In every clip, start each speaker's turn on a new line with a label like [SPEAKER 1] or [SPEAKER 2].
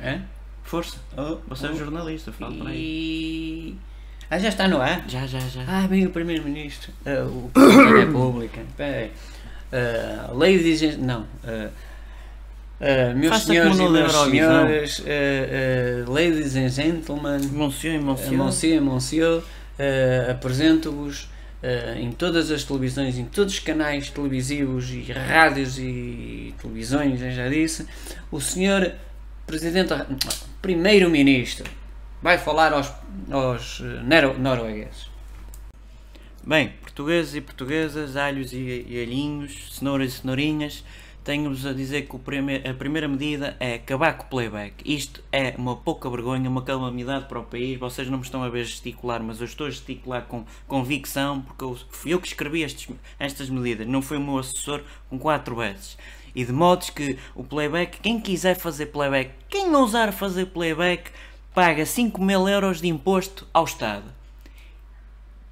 [SPEAKER 1] É? Força.
[SPEAKER 2] Oh,
[SPEAKER 1] Você é um jornalista, fala por aí.
[SPEAKER 2] E. Ah, já está no ar?
[SPEAKER 1] Já, já, já.
[SPEAKER 2] Ah, bem, o Primeiro-Ministro. ah, o Presidente da República. Espera aí. Ah, ladies and. Não. ah, ah, meus
[SPEAKER 1] Faça
[SPEAKER 2] senhores
[SPEAKER 1] como
[SPEAKER 2] e
[SPEAKER 1] no
[SPEAKER 2] meus
[SPEAKER 1] Eurovisão.
[SPEAKER 2] senhores. ah, ah, ladies and gentlemen.
[SPEAKER 1] Monsieur, monsieur.
[SPEAKER 2] Monsieur, Monsieur, eh, apresento-vos eh, em todas as televisões, em todos os canais televisivos e rádios e televisões, eu já disse, o senhor Presidente, da- Primeiro-Ministro, vai falar aos, aos eh, nero- noruegueses.
[SPEAKER 1] Bem, portugueses e portuguesas, alhos e, e alhinhos, cenouras e cenourinhas, tenho-vos a dizer que o prime- a primeira medida é acabar com o playback. Isto é uma pouca vergonha, uma calamidade para o país. Vocês não me estão a ver gesticular, mas eu estou a gesticular com convicção, porque eu, fui eu que escrevi estes- estas medidas, não foi o meu assessor com quatro vezes. E de modos que o playback, quem quiser fazer playback, quem ousar fazer playback, paga 5 mil euros de imposto ao Estado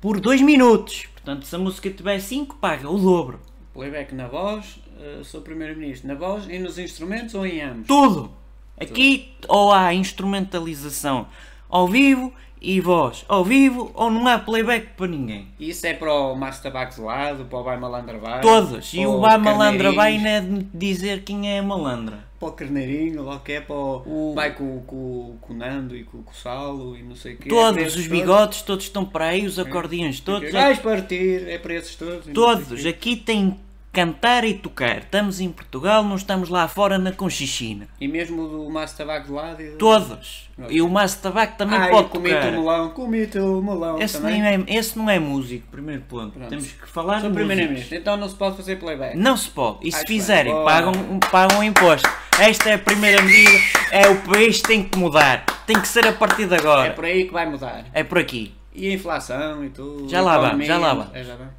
[SPEAKER 1] por 2 minutos. Portanto, se a música tiver 5, paga o dobro.
[SPEAKER 2] Playback é na voz, eh, sou Primeiro-Ministro, na voz e nos instrumentos ou em ambos?
[SPEAKER 1] Tudo! Aqui ou há instrumentalização ao vivo e voz ao vivo ou não há playback para ninguém.
[SPEAKER 2] Isso é para o Márcio Tabaco de lado, para o Vai Malandra Vai?
[SPEAKER 1] Todos. E
[SPEAKER 2] para
[SPEAKER 1] o Bá Malandra
[SPEAKER 2] Carneirinhos,
[SPEAKER 1] vai não é de dizer quem é a malandra.
[SPEAKER 2] Para o Carneirinho, logo que é para o...
[SPEAKER 1] O-
[SPEAKER 2] Vai com, com, com o Nando e com, com o Saulo e não sei o quê. É
[SPEAKER 1] Todos
[SPEAKER 2] Preços
[SPEAKER 1] os bigodes, todos estão para aí, os acordeões todos.
[SPEAKER 2] Vais partir, é preços todos. e não sei o
[SPEAKER 1] Todos.
[SPEAKER 2] quê.
[SPEAKER 1] Aqui tem cantar e tocar. Estamos em Portugal, não estamos lá fora na Conchichina.
[SPEAKER 2] E mesmo o do maço de tabaco de lado. e-
[SPEAKER 1] Todos. E o maço de tabaco também
[SPEAKER 2] Ai,
[SPEAKER 1] pode
[SPEAKER 2] comi-te
[SPEAKER 1] tocar.
[SPEAKER 2] o melão, comi-te o melão.
[SPEAKER 1] Esse,
[SPEAKER 2] também.
[SPEAKER 1] nem é, esse não é músico, primeiro ponto.
[SPEAKER 2] Pronto.
[SPEAKER 1] Temos que falar de
[SPEAKER 2] Sou
[SPEAKER 1] músicos.
[SPEAKER 2] primeiro-ministro, então não se pode fazer playback.
[SPEAKER 1] Não se pode. E se
[SPEAKER 2] Acho
[SPEAKER 1] fizerem,
[SPEAKER 2] bem.
[SPEAKER 1] pagam, um, pagam imposto. Esta é a primeira medida. É o país que tem que mudar. Tem que ser a partir de
[SPEAKER 2] É
[SPEAKER 1] agora.
[SPEAKER 2] por aí que vai mudar.
[SPEAKER 1] É por aqui.
[SPEAKER 2] E a inflação e tudo.
[SPEAKER 1] Já
[SPEAKER 2] a
[SPEAKER 1] lá vamos,
[SPEAKER 2] economia,
[SPEAKER 1] já lá vamos.
[SPEAKER 2] é, já vamos.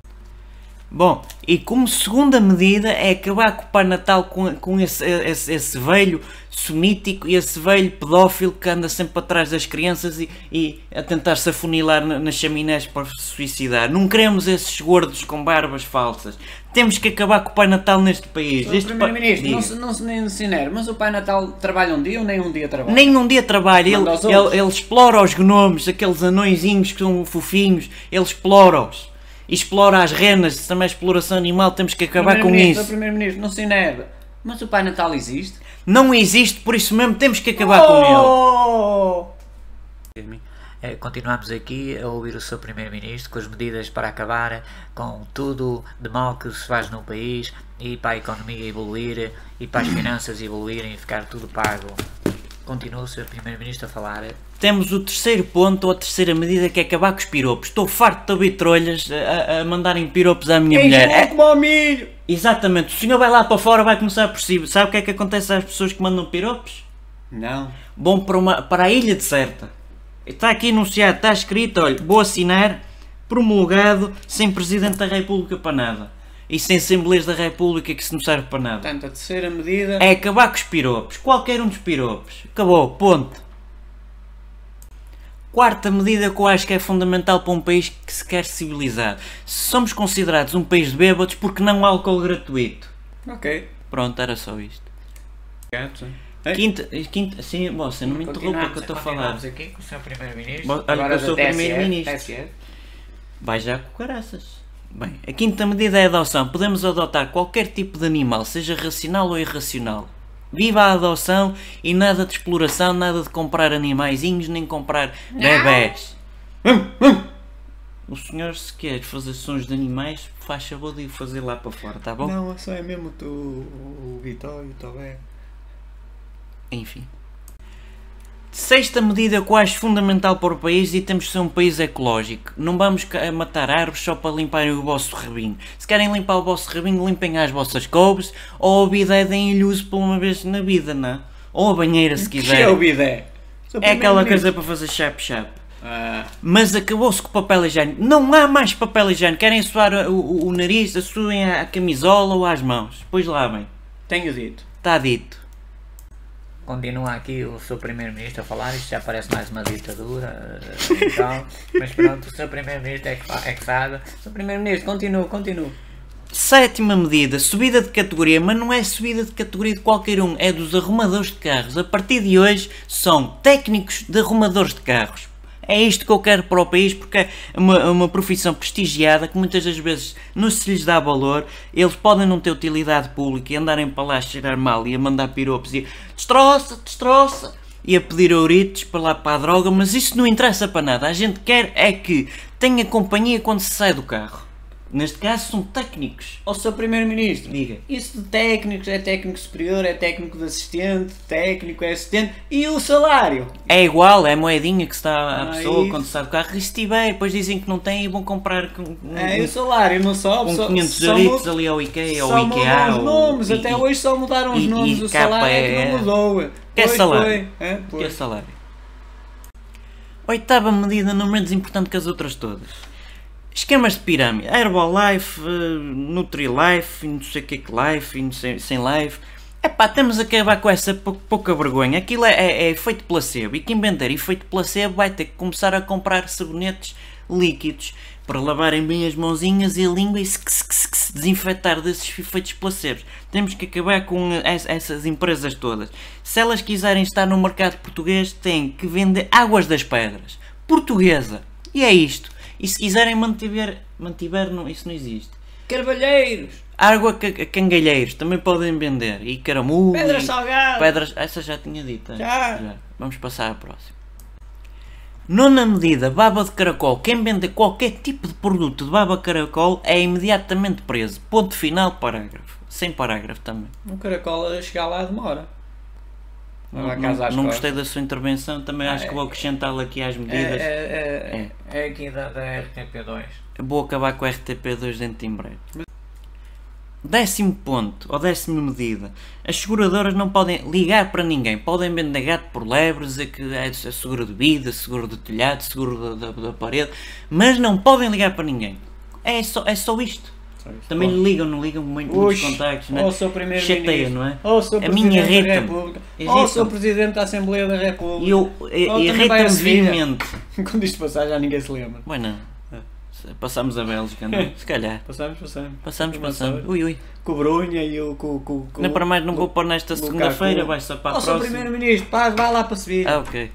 [SPEAKER 1] Bom, e como segunda medida é acabar com o Pai Natal com, com esse, esse, esse velho sunítico e esse velho pedófilo que anda sempre atrás das crianças e, e a tentar se afunilar na- nas chaminés para se suicidar. Não queremos esses gordos com barbas falsas. Temos que acabar com o Pai Natal neste país.
[SPEAKER 2] Sou
[SPEAKER 1] Este pa-
[SPEAKER 2] primeiro-ministro, não
[SPEAKER 1] Diga.
[SPEAKER 2] se, não se nem incinere, mas o Pai Natal trabalha um dia ou nem um dia trabalha?
[SPEAKER 1] Nem um dia trabalha, ele,
[SPEAKER 2] Manda aos
[SPEAKER 1] ele-
[SPEAKER 2] outros.
[SPEAKER 1] ele explora os gnomos, aqueles anõezinhos que são fofinhos, ele explora-os. E explora as renas, se também é exploração animal, temos que acabar com
[SPEAKER 2] Primeiro-ministro, sou
[SPEAKER 1] isso.
[SPEAKER 2] primeiro-ministro, não se enerve. Mas o Pai Natal existe?
[SPEAKER 1] Não existe, por isso mesmo temos que acabar com ele.
[SPEAKER 2] Oh!
[SPEAKER 3] Eh, Continuamos aqui a ouvir o seu Primeiro-Ministro com as medidas para acabar com tudo de mal que se faz no país e para a economia evoluir e para as finanças evoluírem e ficar tudo pago. Continua o seu Primeiro-Ministro a falar.
[SPEAKER 1] Temos o terceiro ponto, ou a terceira medida, que é acabar com os piropos. Estou farto de ouvir trolhas a, a- a mandarem piropos à minha mulher. É-
[SPEAKER 2] Eis como ao milho!
[SPEAKER 1] exatamente, o senhor vai lá para fora, vai começar por si. Sabe o que é que acontece às pessoas que mandam piropos?
[SPEAKER 2] Não.
[SPEAKER 1] bom para, uma, para a ilha deserta. Está aqui anunciado, está escrito, olha, vou assinar, promulgado, sem Presidente da República para nada. E sem Assembleias da República que se não serve para nada.
[SPEAKER 2] Portanto, a terceira medida.
[SPEAKER 1] É acabar com os piropos, qualquer um dos piropos. Acabou, ponto. Quarta medida que eu acho que é fundamental para um país que se quer civilizar. Se somos considerados um país de bêbados, porque não há álcool gratuito?
[SPEAKER 2] Ok.
[SPEAKER 1] Pronto, era só isto.
[SPEAKER 2] Gato.
[SPEAKER 1] Quinta, quinta, sim, você não me interrompa que eu estou a falar.
[SPEAKER 3] Continuamos aqui com o seu Primeiro-Ministro.
[SPEAKER 1] Bo- Olha, que eu sou o primeiro-ministro.
[SPEAKER 2] TSE.
[SPEAKER 1] Vai já com caraças. Bem, a quinta medida é a adoção. Podemos adotar qualquer tipo de animal, seja racional ou irracional. Viva a adoção e nada de exploração, nada de comprar animaizinhos, nem comprar bebés. Hum, O senhor, se quer fazer sons de animais, faz favor de o fazer lá para fora, tá bom?
[SPEAKER 2] Não, só é mesmo tu, o Vitório, o Tobé.
[SPEAKER 1] Enfim. Sexta medida que eu acho fundamental para o país e temos de ser um país ecológico. Não vamos ca- matar árvores só para limparem o vosso rabinho. Se querem limpar o vosso rabinho, limpem as vossas couves ou o bidé deem-lhe uso por uma vez na vida, não? é? Ou a banheira se
[SPEAKER 2] Que é o
[SPEAKER 1] quiser.
[SPEAKER 2] bidé? Sou
[SPEAKER 1] É aquela
[SPEAKER 2] primeiro-ministro.
[SPEAKER 1] coisa para fazer chap-chap.
[SPEAKER 2] Ah,
[SPEAKER 1] Mas acabou-se com o papel higiênico. Não há mais papel higiênico. Querem suar o, o, o nariz, suem a camisola ou às mãos. Pois lá, bem.
[SPEAKER 2] tenho dito.
[SPEAKER 1] Está dito.
[SPEAKER 3] Continua aqui o seu primeiro-ministro a falar, isto já parece mais uma ditadura eh, e tal, mas pronto, o seu primeiro-ministro é que, fa- é que sabe. O seu primeiro-ministro, continua, continua.
[SPEAKER 1] Sé- Sétima medida, subida de categoria, mas não é subida de categoria de qualquer um, é dos arrumadores de carros. A partir de hoje são técnicos de arrumadores de carros. É isto que eu quero para o país porque é uma, uma profissão prestigiada que muitas das vezes não se lhes dá valor. Eles podem não ter utilidade pública e andarem para lá a cheirar mal e a mandar piropos e destroça, destroça e a pedir ouritos para lá para a droga, mas isso não interessa para nada. A gente quer é que tenha companhia quando se sai do carro. Neste caso são técnicos.
[SPEAKER 2] Ó Sr. Primeiro-Ministro,
[SPEAKER 1] Diga.
[SPEAKER 2] isso de técnicos é técnico superior, é técnico de assistente, técnico é assistente e o salário?
[SPEAKER 1] É igual, é moedinha que se dá à
[SPEAKER 2] Ah,
[SPEAKER 1] pessoa
[SPEAKER 2] isso.
[SPEAKER 1] quando sai do carro. E se tiver, depois dizem que não tem e vão comprar com, um-
[SPEAKER 2] É, e o salário não sobe,
[SPEAKER 1] com
[SPEAKER 2] só,
[SPEAKER 1] 500
[SPEAKER 2] só
[SPEAKER 1] euritos
[SPEAKER 2] mu-
[SPEAKER 1] ali ao IKEA
[SPEAKER 2] só
[SPEAKER 1] ou
[SPEAKER 2] mudam
[SPEAKER 1] IKEA.
[SPEAKER 2] os
[SPEAKER 1] ou-
[SPEAKER 2] nomes,
[SPEAKER 1] e-
[SPEAKER 2] até
[SPEAKER 1] e-
[SPEAKER 2] hoje só mudaram os
[SPEAKER 1] e-
[SPEAKER 2] nomes,
[SPEAKER 1] e
[SPEAKER 2] o salário é que
[SPEAKER 1] KPE.
[SPEAKER 2] não mudou.
[SPEAKER 1] Que
[SPEAKER 2] Pois
[SPEAKER 1] salário?
[SPEAKER 2] foi, é, pois.
[SPEAKER 1] Que é salário. Oitava medida, não menos importante que as outras todas. Esquemas de pirâmide. Herbalife, eh, Nutrilife, e não sei o que que Life, e não sei, sem Life. Epá, temos a acabar com essa pou- pouca vergonha. Aquilo é, é, é feito placebo. E quem vender efeito placebo vai ter que começar a comprar sabonetes líquidos para lavarem bem as mãozinhas e a língua e se, se- se- se- se desinfetar desses efeitos placebos. Temos que acabar com es- essas empresas todas. Se elas quiserem estar no mercado português, têm que vender águas das pedras. Portuguesa. E é isto. E se quiserem mantiver. Mantiver, não, isso não existe.
[SPEAKER 2] Carvalheiros,
[SPEAKER 1] Água ca- cangalheiros também podem vender. E caramulo.
[SPEAKER 2] pedras
[SPEAKER 1] e-
[SPEAKER 2] salgadas.
[SPEAKER 1] Pedras, essa já tinha dito. antes.
[SPEAKER 2] Já.
[SPEAKER 1] Vamos passar à próxima. Nona medida, baba de caracol. Quem vende qualquer tipo de produto de baba de caracol é imediatamente preso. Ponto final, parágrafo. Sem parágrafo também.
[SPEAKER 2] Um caracol a chegar lá demora. Não, vai
[SPEAKER 1] Não,
[SPEAKER 2] casar às
[SPEAKER 1] não
[SPEAKER 2] costas.
[SPEAKER 1] gostei da sua intervenção, também acho que vou acrescentá-la aqui às medidas.
[SPEAKER 2] Ah, É, é,
[SPEAKER 3] É
[SPEAKER 2] é,
[SPEAKER 3] aqui da, da RTP2.
[SPEAKER 1] Vou acabar com o RTP2 dentro de breve. Décimo ponto, ou décima medida. As seguradoras não podem ligar para ninguém. Podem vender gato por lebre, dizer que é é seguro de vida, seguro do telhado, seguro da, da- da parede, mas não podem ligar para ninguém. É só, é só isto. Também ligam, não ligam muito, muitos
[SPEAKER 2] Oxe,
[SPEAKER 1] contactos,
[SPEAKER 2] Ou
[SPEAKER 1] né?
[SPEAKER 2] o Sr.
[SPEAKER 1] Chateia,
[SPEAKER 2] Primeiro-Ministro.
[SPEAKER 1] não é?
[SPEAKER 2] Ou o Sr.
[SPEAKER 1] A minha
[SPEAKER 2] Presidente da
[SPEAKER 1] irrita-me.
[SPEAKER 2] República. Ou o
[SPEAKER 1] Irrita-me.
[SPEAKER 2] Sr. Presidente da Assembleia da República.
[SPEAKER 1] E eu
[SPEAKER 2] Ou também
[SPEAKER 1] e-
[SPEAKER 2] vai a
[SPEAKER 1] irrita-me
[SPEAKER 2] Sevilha.
[SPEAKER 1] vivamente.
[SPEAKER 2] Quando isto passar já ninguém se lembra.
[SPEAKER 1] Bueno, É. passamos a Bélgica, não é? Se calhar.
[SPEAKER 2] Passamos, passamos.
[SPEAKER 1] Passamos,
[SPEAKER 2] Uma
[SPEAKER 1] passamos.
[SPEAKER 2] sorte.
[SPEAKER 1] Ui, ui.
[SPEAKER 2] Com o Brunha e o com, com, com
[SPEAKER 1] Não é para mais, não vou pôr nesta
[SPEAKER 2] Lukaku.
[SPEAKER 1] segunda-feira, vai só para
[SPEAKER 2] Ó,
[SPEAKER 1] a
[SPEAKER 2] Sr.
[SPEAKER 1] próxima.
[SPEAKER 2] Primeiro-Ministro, pá, vá lá para subir.
[SPEAKER 1] Ah, ok.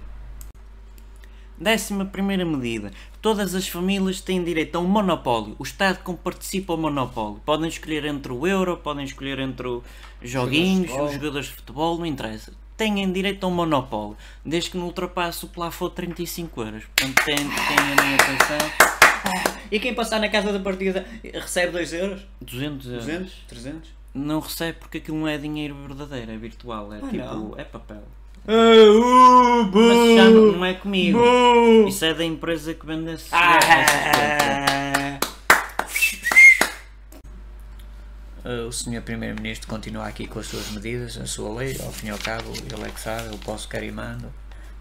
[SPEAKER 1] Décima primeira medida. Todas as famílias têm direito a um monopólio. O Estado como participa ao monopólio. Podem escolher entre o euro, podem escolher entre o joguinhos,
[SPEAKER 2] futebol.
[SPEAKER 1] os jogadores de futebol, não interessa. Têm direito a um monopólio, desde que não ultrapasse o plafond de 35 euros. Portanto, têm, têm a minha atenção.
[SPEAKER 2] É. E quem passar na casa da partida recebe 2 euros?
[SPEAKER 1] 200 euros.
[SPEAKER 2] 200? 300?
[SPEAKER 1] Não recebe porque aquilo não é dinheiro verdadeiro, é virtual. É
[SPEAKER 2] Ah,
[SPEAKER 1] tipo,
[SPEAKER 2] não.
[SPEAKER 1] é papel. É
[SPEAKER 2] Uh, uh,
[SPEAKER 1] Mas isso já não, não é comigo.
[SPEAKER 2] bu.
[SPEAKER 1] Isso é da empresa que vende esse.
[SPEAKER 2] Ah.
[SPEAKER 3] Uh, o Sr. Primeiro-Ministro continua aqui com as suas medidas, a sua lei, ao fim e ao cabo, ele é que sabe, eu posso carimando.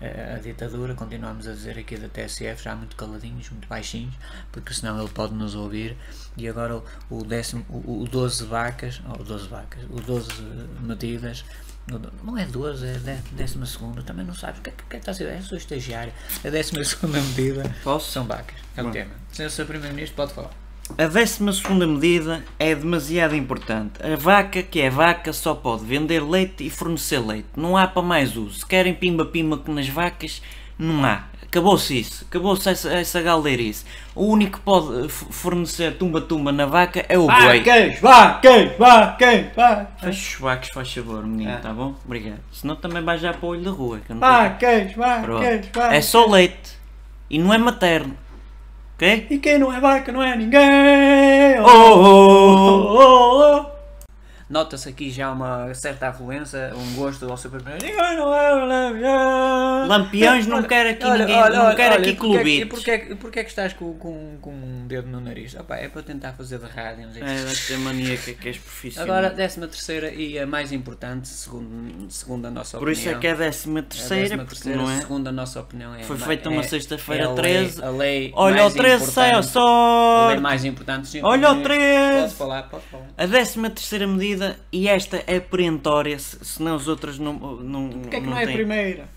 [SPEAKER 3] Uh, a ditadura, continuamos a dizer aqui da TSF, já muito caladinhos, muito baixinhos, porque senão ele pode nos ouvir. E agora o, o, décimo, o, o 12 vacas, ou 12 vacas, o 12 medidas, o do- não é 12, é dé- décima segunda, também não sabes o que é que, que é que está a dizer, é sou estagiário, é a décima segunda medida
[SPEAKER 1] Posso?
[SPEAKER 3] são vacas, é o tema. Senhor Sr. Primeiro-Ministro, pode falar.
[SPEAKER 1] A 12 medida é demasiado importante. A vaca, que é vaca, só pode vender leite e fornecer leite. Não há para mais uso. Se querem pimba-pimba que nas vacas, não há. Acabou-se isso. Acabou-se essa, essa galdeirice. O único que pode eh, fo- fornecer tumba-tumba na vaca é o boi.
[SPEAKER 2] Vacas, vacas, vacas, vacas,
[SPEAKER 1] Fecha os vacos, faz favor, menino,
[SPEAKER 2] Ah.
[SPEAKER 1] tá bom? Obrigado. Senão também vais já para o olho da rua. que eu não tô-
[SPEAKER 2] vacas,
[SPEAKER 1] Pronto.
[SPEAKER 2] vacas,
[SPEAKER 1] É
[SPEAKER 2] vacas.
[SPEAKER 1] só leite. E não é materno. Ok?
[SPEAKER 2] E quem não é vaca não é ninguém.
[SPEAKER 1] Oh, oh, oh.
[SPEAKER 3] Nota-se aqui já uma certa afluência, um gosto ao Sr. Primeiro-Ministro.
[SPEAKER 2] Ninguém não é lampião.
[SPEAKER 1] Lampiões não
[SPEAKER 3] Olha,
[SPEAKER 1] quer aqui
[SPEAKER 3] olha,
[SPEAKER 1] ninguém,
[SPEAKER 3] olha,
[SPEAKER 1] não
[SPEAKER 3] olha,
[SPEAKER 1] quer
[SPEAKER 3] olha,
[SPEAKER 1] aqui
[SPEAKER 3] e porquê é que-
[SPEAKER 1] clubitos.
[SPEAKER 3] E porquê, é que- porquê é que estás com, com- com um dedo no nariz? Opa, é para tentar fazer de rádio, não sei.
[SPEAKER 1] É, deve ser maníaca que és profissional.
[SPEAKER 3] Agora, décima terceira e a mais importante, segundo, segundo a nossa
[SPEAKER 1] Por
[SPEAKER 3] opinião.
[SPEAKER 1] isso é que é a décima
[SPEAKER 3] a
[SPEAKER 1] terceira,
[SPEAKER 3] décima
[SPEAKER 1] porque
[SPEAKER 3] terceira,
[SPEAKER 1] não é?
[SPEAKER 3] Segundo a nossa opinião, é
[SPEAKER 1] Foi
[SPEAKER 3] ma-
[SPEAKER 1] feita uma
[SPEAKER 3] é-
[SPEAKER 1] sexta-feira
[SPEAKER 3] é a lei-
[SPEAKER 1] 13.
[SPEAKER 3] A lei
[SPEAKER 1] Olha o
[SPEAKER 3] mais
[SPEAKER 1] 13, sai ao
[SPEAKER 3] importante- A lei
[SPEAKER 1] sol.
[SPEAKER 3] mais importante, senhor
[SPEAKER 1] Olha o
[SPEAKER 3] Primeiro-Ministro.
[SPEAKER 1] 13.
[SPEAKER 3] Pode falar, pode falar.
[SPEAKER 1] A décima terceira medida, e esta é perentória, se- senão as outras não, não,
[SPEAKER 2] Porquê é que não é a
[SPEAKER 1] têm.
[SPEAKER 2] primeira?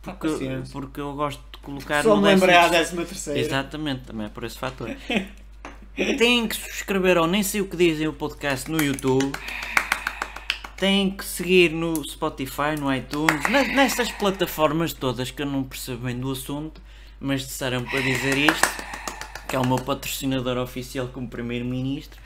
[SPEAKER 1] Porque, porque eu gosto de colocar
[SPEAKER 2] Só
[SPEAKER 1] no
[SPEAKER 2] me é lembrei à
[SPEAKER 1] décimo-
[SPEAKER 2] décima terceira.
[SPEAKER 1] Exatamente, também é por esse fator. Têm que subscrever ao Nem Sei O Que Dizem o podcast no YouTube. Têm que seguir no Spotify, no iTunes, ne- nestas plataformas todas que eu não percebo bem do assunto, mas disseram para dizer isto, que é o meu patrocinador oficial como Primeiro-Ministro.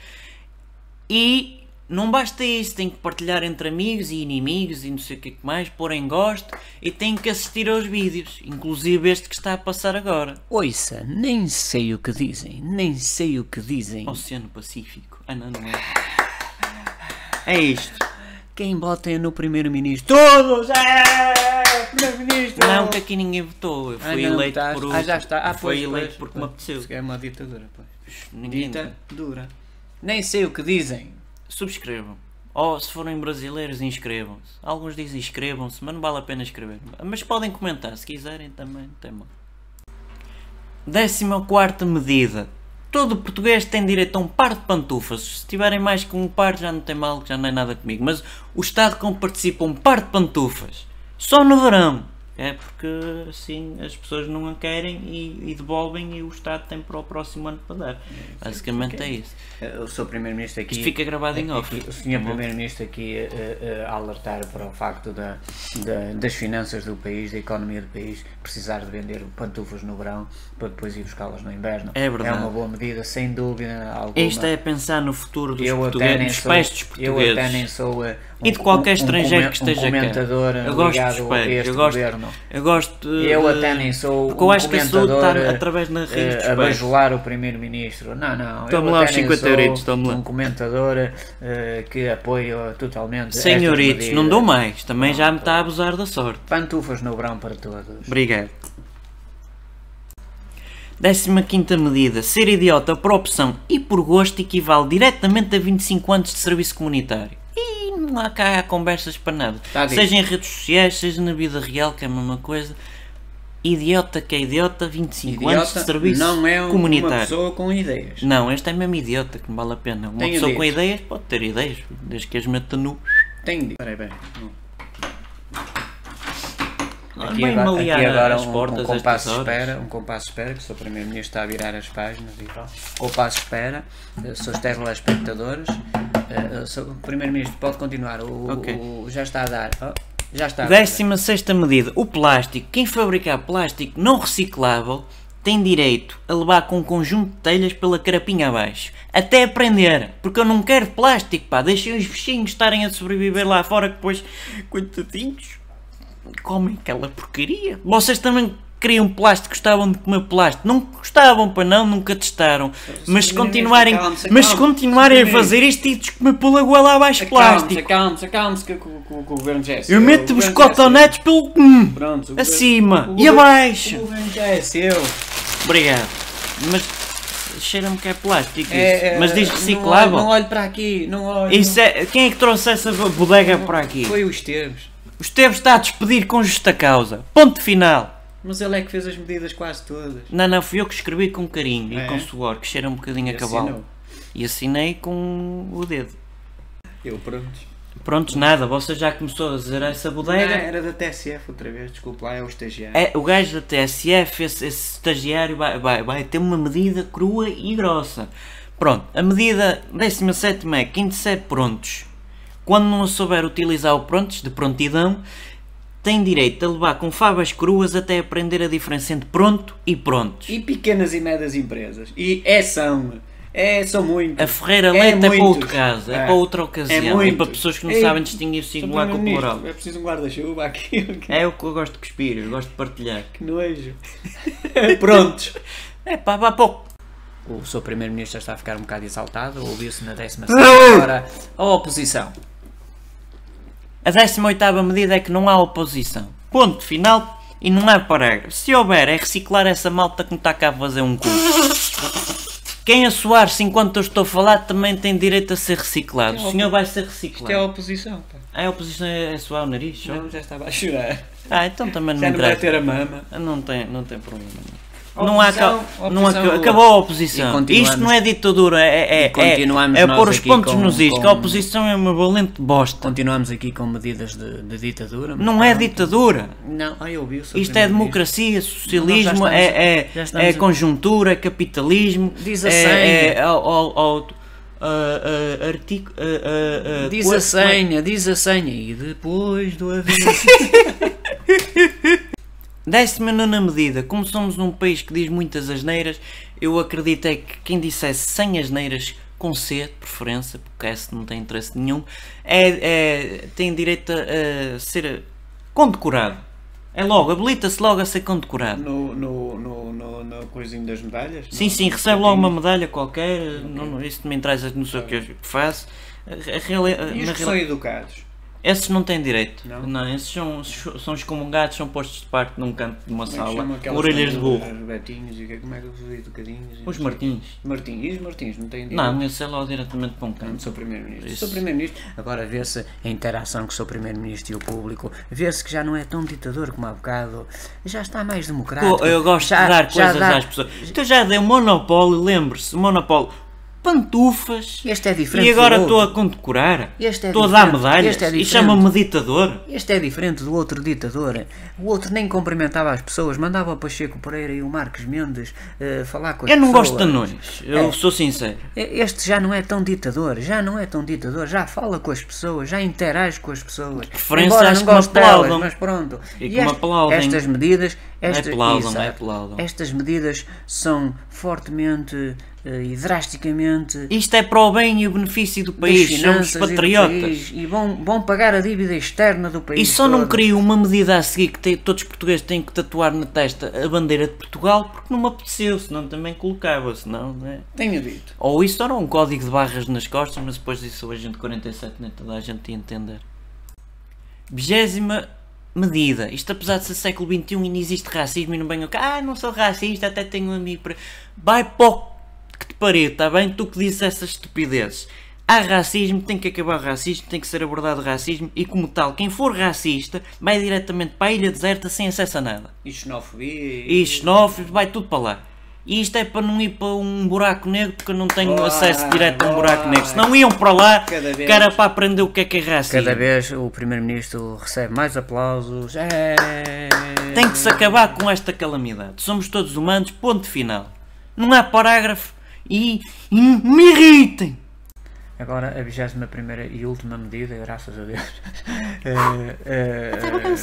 [SPEAKER 1] E não basta isso, tem que partilhar entre amigos e inimigos e não sei o que é que mais, pôr em gosto e tem que assistir aos vídeos, inclusive este que está a passar agora.
[SPEAKER 2] Ouça, nem sei o que dizem, nem sei o que dizem.
[SPEAKER 1] Oceano Pacífico. Ah, não, não é. É isto.
[SPEAKER 2] Quem vota é no primeiro-ministro. Todos! É! Primeiro-ministro!
[SPEAKER 1] Não, que aqui ninguém votou. Eu fui
[SPEAKER 2] Ah, não,
[SPEAKER 1] eleito
[SPEAKER 2] estás-
[SPEAKER 1] por.
[SPEAKER 2] Ah, já está. Ah,
[SPEAKER 1] foi
[SPEAKER 2] pois,
[SPEAKER 1] eleito
[SPEAKER 2] pois,
[SPEAKER 1] porque
[SPEAKER 2] pois.
[SPEAKER 1] me apeteceu.
[SPEAKER 2] É uma ditadura, pois.
[SPEAKER 1] Ninguém.
[SPEAKER 2] Ditadura. Nem sei o que dizem.
[SPEAKER 1] Subscrevam. Ou se forem brasileiros, inscrevam-se. Alguns dizem inscrevam-se, mas não vale a pena escrever. Mas podem comentar se quiserem também. não Tem mal. Décima quarta medida. Todo português tem direito a um par de pantufas. Se tiverem mais que um par, já não tem mal, que já não é nada comigo. Mas o Estado como participa um par de pantufas. Só no verão. É porque assim as pessoas não a querem e, e devolvem e o Estado tem para o próximo ano para dar. Basicamente é isso.
[SPEAKER 2] O seu primeiro-ministro aqui.
[SPEAKER 1] Isto fica gravado em off.
[SPEAKER 2] O senhor primeiro-ministro aqui eh, eh, a alertar para o facto da, da- das finanças do país, da economia do país, precisar de vender pantufas no verão para depois ir buscá-las no inverno.
[SPEAKER 1] É verdade.
[SPEAKER 2] É uma boa medida, sem dúvida alguma.
[SPEAKER 1] Isto é pensar no futuro dos
[SPEAKER 2] eu até nem
[SPEAKER 1] portugueses, dos
[SPEAKER 2] sou,
[SPEAKER 1] pais dos
[SPEAKER 2] eu até nem
[SPEAKER 1] portugueses.
[SPEAKER 2] sou eh, um,
[SPEAKER 1] E de qualquer
[SPEAKER 2] um-
[SPEAKER 1] estrangeiro
[SPEAKER 2] um,
[SPEAKER 1] que esteja
[SPEAKER 2] um
[SPEAKER 1] cá.
[SPEAKER 2] comentador
[SPEAKER 1] Eu gosto
[SPEAKER 2] ligado
[SPEAKER 1] dos
[SPEAKER 2] a
[SPEAKER 1] pais,
[SPEAKER 2] este
[SPEAKER 1] eu gosto,
[SPEAKER 2] governo.
[SPEAKER 1] eu gosto de-
[SPEAKER 2] Eu até nem sou
[SPEAKER 1] Porque
[SPEAKER 2] um
[SPEAKER 1] eu acho que a saúde
[SPEAKER 2] comentador
[SPEAKER 1] está
[SPEAKER 2] eh,
[SPEAKER 1] através na raiz
[SPEAKER 2] eh,
[SPEAKER 1] dos
[SPEAKER 2] a
[SPEAKER 1] pais.
[SPEAKER 2] bajular o primeiro-ministro. Não, não. eu
[SPEAKER 1] Tome lá
[SPEAKER 2] até
[SPEAKER 1] os
[SPEAKER 2] nem
[SPEAKER 1] 50
[SPEAKER 2] sou
[SPEAKER 1] euritos, tome lá.
[SPEAKER 2] Um comentador eh, que apoia totalmente. estas
[SPEAKER 1] Senhoritos, não
[SPEAKER 2] medidas.
[SPEAKER 1] dou mais. Também já me está a abusar da sorte.
[SPEAKER 2] Pantufas no verão para todos.
[SPEAKER 1] Obrigado. 15 medida. Ser idiota por opção e por gosto equivale diretamente a 25 anos de serviço comunitário. E não há cá conversas para nada.
[SPEAKER 2] Tá dito.
[SPEAKER 1] seja em redes sociais, seja na vida real, que é a mesma coisa. Idiota que é idiota, 25 anos de serviço
[SPEAKER 2] não é um- uma
[SPEAKER 1] comunitário.
[SPEAKER 2] pessoa com ideias.
[SPEAKER 1] Não, este é mesmo idiota, que não vale a pena. Uma
[SPEAKER 2] Tenho
[SPEAKER 1] pessoa com
[SPEAKER 2] dito.
[SPEAKER 1] ideias pode ter ideias, desde que as meta nu.
[SPEAKER 2] Tenho dito. Peraí, peraí. Não. Aqui
[SPEAKER 1] Bem
[SPEAKER 2] agora,
[SPEAKER 1] malear
[SPEAKER 2] aqui agora
[SPEAKER 1] as
[SPEAKER 2] um,
[SPEAKER 1] portas
[SPEAKER 2] um
[SPEAKER 1] a estas
[SPEAKER 2] compasso de
[SPEAKER 1] horas.
[SPEAKER 2] espera, um compasso de espera, que o Sr. Primeiro-Ministro está a virar as páginas e tal. Compasso de espera, eh, seus telespectadores. eh, eh, Sr. Primeiro-Ministro, pode continuar, o,
[SPEAKER 1] Ok.
[SPEAKER 2] o- já está a dar. Oh, já está a dar.
[SPEAKER 1] Décima sexta medida. O plástico. Quem fabricar plástico não reciclável tem direito a levar com um conjunto de telhas pela carapinha abaixo. Até aprender. Porque eu não quero plástico, pá. Deixem os bichinhos estarem a sobreviver lá fora que depois, coitadinhos, comem aquela porcaria. Vocês também queriam plástico, gostavam de comer plástico. Não gostavam, para não, nunca testaram. Mas se continuarem,
[SPEAKER 2] acalme-se,
[SPEAKER 1] mas se
[SPEAKER 2] acalme-se,
[SPEAKER 1] continuarem a
[SPEAKER 2] acalme-se.
[SPEAKER 1] fazer isto e comer pela goela abaixo
[SPEAKER 2] Acalme-se,
[SPEAKER 1] plástico.
[SPEAKER 2] acalme-se, acalme-se que, que- que- que o Governo já é seu.
[SPEAKER 1] Eu meto-vos
[SPEAKER 2] O governo já é seu.
[SPEAKER 1] cotonetes pelo. Hum.
[SPEAKER 2] Pronto, o governo-
[SPEAKER 1] Acima
[SPEAKER 2] o
[SPEAKER 1] e
[SPEAKER 2] governo-
[SPEAKER 1] abaixo.
[SPEAKER 2] O Governo já é seu.
[SPEAKER 1] Obrigado. Mas cheira-me que é plástico isso.
[SPEAKER 2] É, é,
[SPEAKER 1] Mas diz
[SPEAKER 2] Não,
[SPEAKER 1] reciclável.
[SPEAKER 2] olho- não olho para aqui, não olho.
[SPEAKER 1] Isso é- Quem é que trouxe essa bodega para aqui?
[SPEAKER 2] Foi os termos.
[SPEAKER 1] O Esteves está a despedir com justa causa. Ponto final.
[SPEAKER 2] Mas ele é que fez as medidas quase todas.
[SPEAKER 1] Não, não, fui eu que escrevi com carinho
[SPEAKER 2] É?
[SPEAKER 1] e com suor, que cheira um bocadinho a cavalo.
[SPEAKER 2] Assinou.
[SPEAKER 1] E assinei com o dedo.
[SPEAKER 2] Eu pronto.
[SPEAKER 1] Pronto, nada, você já começou a dizer essa
[SPEAKER 2] Era,
[SPEAKER 1] bodega.
[SPEAKER 2] era da TSF outra vez, desculpa lá, é o estagiário.
[SPEAKER 1] É, o gajo da TSF, esse, esse estagiário, vai, vai, vai ter uma medida crua e grossa. Pronto, a medida 17 é 15 prontos. Quando não souber utilizar o prontos, de prontidão, tem direito a levar com favas cruas até aprender a diferença entre pronto e prontos.
[SPEAKER 2] E pequenas e médias empresas. E é são. É, são muito.
[SPEAKER 1] A Ferreira Leite é, para outro
[SPEAKER 2] muitos.
[SPEAKER 1] caso, é, para outra ocasião, e para
[SPEAKER 2] muitos.
[SPEAKER 1] pessoas que não
[SPEAKER 2] Ei,
[SPEAKER 1] sabem distinguir o singular com o
[SPEAKER 2] Primeiro-Ministro,
[SPEAKER 1] plural.
[SPEAKER 2] É preciso um guarda-chuva aqui. Que
[SPEAKER 1] É o que eu gosto de cuspir, eu gosto de partilhar.
[SPEAKER 2] nojo. Prontos.
[SPEAKER 1] É pá, vá para o
[SPEAKER 2] O seu primeiro-ministro está a ficar um bocado exaltado. Ouviu-se na décima hora a oposição.
[SPEAKER 1] A 18 medida é que não há oposição. Ponto final e não há parágrafo. Se houver, é reciclar essa malta que me está cá a fazer um curso. Quem assoar-se enquanto eu estou a falar também tem direito a ser reciclado. O senhor vai
[SPEAKER 2] Isto é
[SPEAKER 1] ser
[SPEAKER 2] a
[SPEAKER 1] reciclado.
[SPEAKER 2] oposição. Pá.
[SPEAKER 1] Ah, a oposição é assoar o nariz? só?
[SPEAKER 2] Não, já estava a chorar.
[SPEAKER 1] Ah, então também não
[SPEAKER 2] Já não vai
[SPEAKER 1] interessa.
[SPEAKER 2] ter a mama.
[SPEAKER 1] Não tem, não tem problema. nenhum. não há, ca-
[SPEAKER 2] Oposição,
[SPEAKER 1] não há ca-
[SPEAKER 2] oposição.
[SPEAKER 1] acabou a
[SPEAKER 2] E
[SPEAKER 1] oposição.
[SPEAKER 2] continuamos.
[SPEAKER 1] Isto não é ditadura, é, é,
[SPEAKER 2] E continuamos
[SPEAKER 1] é, é
[SPEAKER 2] nós
[SPEAKER 1] pôr os
[SPEAKER 2] aqui
[SPEAKER 1] pontos
[SPEAKER 2] com-
[SPEAKER 1] nos is, que
[SPEAKER 2] com-
[SPEAKER 1] a oposição é uma valente bosta.
[SPEAKER 2] Continuamos aqui com medidas de, de ditadura. mas
[SPEAKER 1] Não é
[SPEAKER 2] pronto.
[SPEAKER 1] ditadura.
[SPEAKER 2] Não, ai, eu ouvi o Sr.
[SPEAKER 1] Isto é
[SPEAKER 2] Primeiro-Ministro.
[SPEAKER 1] democracia, socialismo,
[SPEAKER 2] Nós já estamos-
[SPEAKER 1] é,
[SPEAKER 2] já
[SPEAKER 1] é,
[SPEAKER 2] estamos
[SPEAKER 1] é
[SPEAKER 2] a-
[SPEAKER 1] conjuntura, é capitalismo,
[SPEAKER 2] Diz a
[SPEAKER 1] é,
[SPEAKER 2] senha.
[SPEAKER 1] é ao, ao, ao- a- a- artigo. a- a- a-
[SPEAKER 2] Diz
[SPEAKER 1] coisa- é?
[SPEAKER 2] a senha, diz a senha. E depois do aviso.
[SPEAKER 1] Décima nona medida. Como somos um país que diz muitas asneiras, eu acreditei que quem dissesse 100 asneiras com C, de preferência, porque S não tem interesse nenhum, é, é- tem direito a, a ser condecorado. É logo, habilita-se logo a ser condecorado.
[SPEAKER 2] no, no, no, no, no coisinho das medalhas?
[SPEAKER 1] Sim, sim, recebe logo uma medalha qualquer, não, não, isso não me interessa, não sei o que eu faço. A- a reali- a-
[SPEAKER 2] E
[SPEAKER 1] na
[SPEAKER 2] os que
[SPEAKER 1] reali-
[SPEAKER 2] são educados?
[SPEAKER 1] Esses não têm direito.
[SPEAKER 2] Não?
[SPEAKER 1] Não, esses são, são excomungados, são postos de parte num canto de
[SPEAKER 2] Como
[SPEAKER 1] uma
[SPEAKER 2] é que
[SPEAKER 1] sala,
[SPEAKER 2] chama
[SPEAKER 1] com
[SPEAKER 2] aquelas
[SPEAKER 1] orelhas de
[SPEAKER 2] coisas,
[SPEAKER 1] burro.
[SPEAKER 2] Os betinhos e o quê? como é que os educadinhos? e não
[SPEAKER 1] Os
[SPEAKER 2] sei
[SPEAKER 1] Martins.
[SPEAKER 2] o quê. Martins. E os Martins não têm direito?
[SPEAKER 1] Não, esse é lá diretamente para um
[SPEAKER 2] Não,
[SPEAKER 1] canto.
[SPEAKER 2] Sou Primeiro-Ministro.
[SPEAKER 1] Isso.
[SPEAKER 2] Sou Primeiro-Ministro. Agora vê-se a interação que sou Primeiro-Ministro e o público. Vê-se que já não é tão ditador como há bocado. Já está mais democrático.
[SPEAKER 1] Eu, eu gosto
[SPEAKER 2] Já-
[SPEAKER 1] de dar
[SPEAKER 2] já
[SPEAKER 1] coisas
[SPEAKER 2] dá-
[SPEAKER 1] às pessoas. Então já dei monopólio, lembre-se, monopólio. Pantufas.
[SPEAKER 2] Este é diferente
[SPEAKER 1] E agora
[SPEAKER 2] do
[SPEAKER 1] estou
[SPEAKER 2] outro.
[SPEAKER 1] a condecorar.
[SPEAKER 2] Este é
[SPEAKER 1] estou a dar
[SPEAKER 2] diferente.
[SPEAKER 1] medalhas.
[SPEAKER 2] Este é
[SPEAKER 1] e
[SPEAKER 2] diferente.
[SPEAKER 1] chama-me ditador.
[SPEAKER 2] Este é diferente do outro ditador. O outro nem cumprimentava as pessoas, mandava o Pacheco Pereira e o Marques Mendes eh, falar com as
[SPEAKER 1] Eu não
[SPEAKER 2] pessoas.
[SPEAKER 1] gosto de anões. Eu
[SPEAKER 2] É.
[SPEAKER 1] sou sincero.
[SPEAKER 2] Este já não é tão ditador, já não é tão ditador, já fala com as pessoas, já interage com as pessoas.
[SPEAKER 1] Preferência
[SPEAKER 2] Embora
[SPEAKER 1] às
[SPEAKER 2] não
[SPEAKER 1] que me
[SPEAKER 2] goste delas,
[SPEAKER 1] aplaudam.
[SPEAKER 2] mas pronto.
[SPEAKER 1] E que me aplaudem.
[SPEAKER 2] Estas medidas, estas,
[SPEAKER 1] aplaudam,
[SPEAKER 2] exato.
[SPEAKER 1] não é aplaudam.
[SPEAKER 2] estas medidas são fortemente eh, e drasticamente
[SPEAKER 1] Isto é para o bem e o benefício do país. Somos
[SPEAKER 2] finanças e do
[SPEAKER 1] patriotas.
[SPEAKER 2] país, e vão, vão pagar a dívida externa do país.
[SPEAKER 1] E só não
[SPEAKER 2] todo.
[SPEAKER 1] crio uma medida a seguir que tem- todos os portugueses têm que tatuar na testa a bandeira de Portugal porque não me apeteceu, senão também colocava, senão, né?
[SPEAKER 2] Tenho dito.
[SPEAKER 1] Ou isso era um código de barras nas costas, mas depois disso um hoje gente 47 nem toda a gente ia entender. Vigésima medida. Isto apesar de ser século XXI ainda existe racismo e não venho cá. Ah, não sou racista, até tenho um amigo para. Vai para o que te pariu, está bem? Tu que dizes essas estupidezes. Há racismo, tem que acabar o racismo, tem que ser abordado o racismo e como tal, quem for racista vai diretamente para a ilha deserta sem acesso a nada.
[SPEAKER 2] E xenofobia
[SPEAKER 1] E xenófobos, vai tudo para lá. E isto é para não ir para um buraco negro porque eu não tenho
[SPEAKER 2] Vai,
[SPEAKER 1] acesso direto a um buraco
[SPEAKER 2] vai.
[SPEAKER 1] negro. Se não iam para lá,
[SPEAKER 2] Cada vez.
[SPEAKER 1] que era para aprender o que é que é racismo.
[SPEAKER 2] Cada vez o Primeiro-Ministro recebe mais aplausos. É.
[SPEAKER 1] Tem que se acabar com esta calamidade. Somos todos humanos, ponto final. Não há parágrafo e, e me irritem.
[SPEAKER 2] Agora a 21 primeira e última medida, graças a Deus, eh, eh,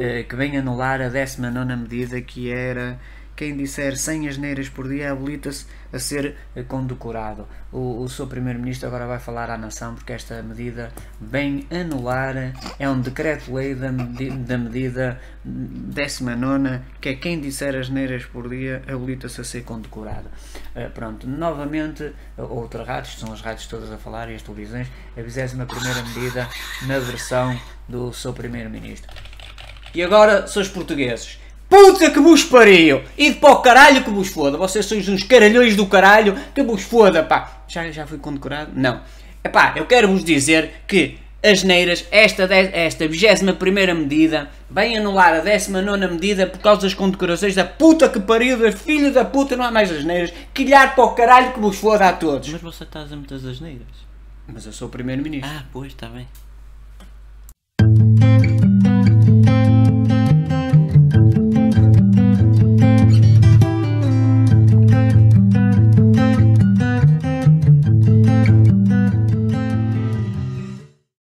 [SPEAKER 2] eh, que vem anular a 19 medida que era quem disser 100 asneiras por dia habilita-se a ser eh, condecorado. O, o seu primeiro-ministro agora vai falar à nação porque esta medida vem anular, é um decreto-lei da, medi- da medida 19 que é quem disser asneiras por dia habilita-se a ser condecorado. Eh, pronto, novamente, eh, outra rádio, são as rádios todas a falar e as televisões, a 21 primeira medida na versão do seu primeiro-ministro. E agora, seus portugueses, puta que vos pariu! Ide para o caralho que vos foda! Vocês sois uns caralhões do caralho que vos foda, pá! Já, já fui condecorado? Não. Epá, eu quero vos dizer que as neiras, esta, de- esta 21 medida, vem anular a 19 medida por causa das condecorações da puta que pariu, da filha da puta, não há mais as neiras. Quilhar para o caralho que vos foda a todos!
[SPEAKER 1] Mas você está a dizer muitas asneiras.
[SPEAKER 2] Mas eu sou o primeiro-ministro.
[SPEAKER 1] Ah, pois, está bem.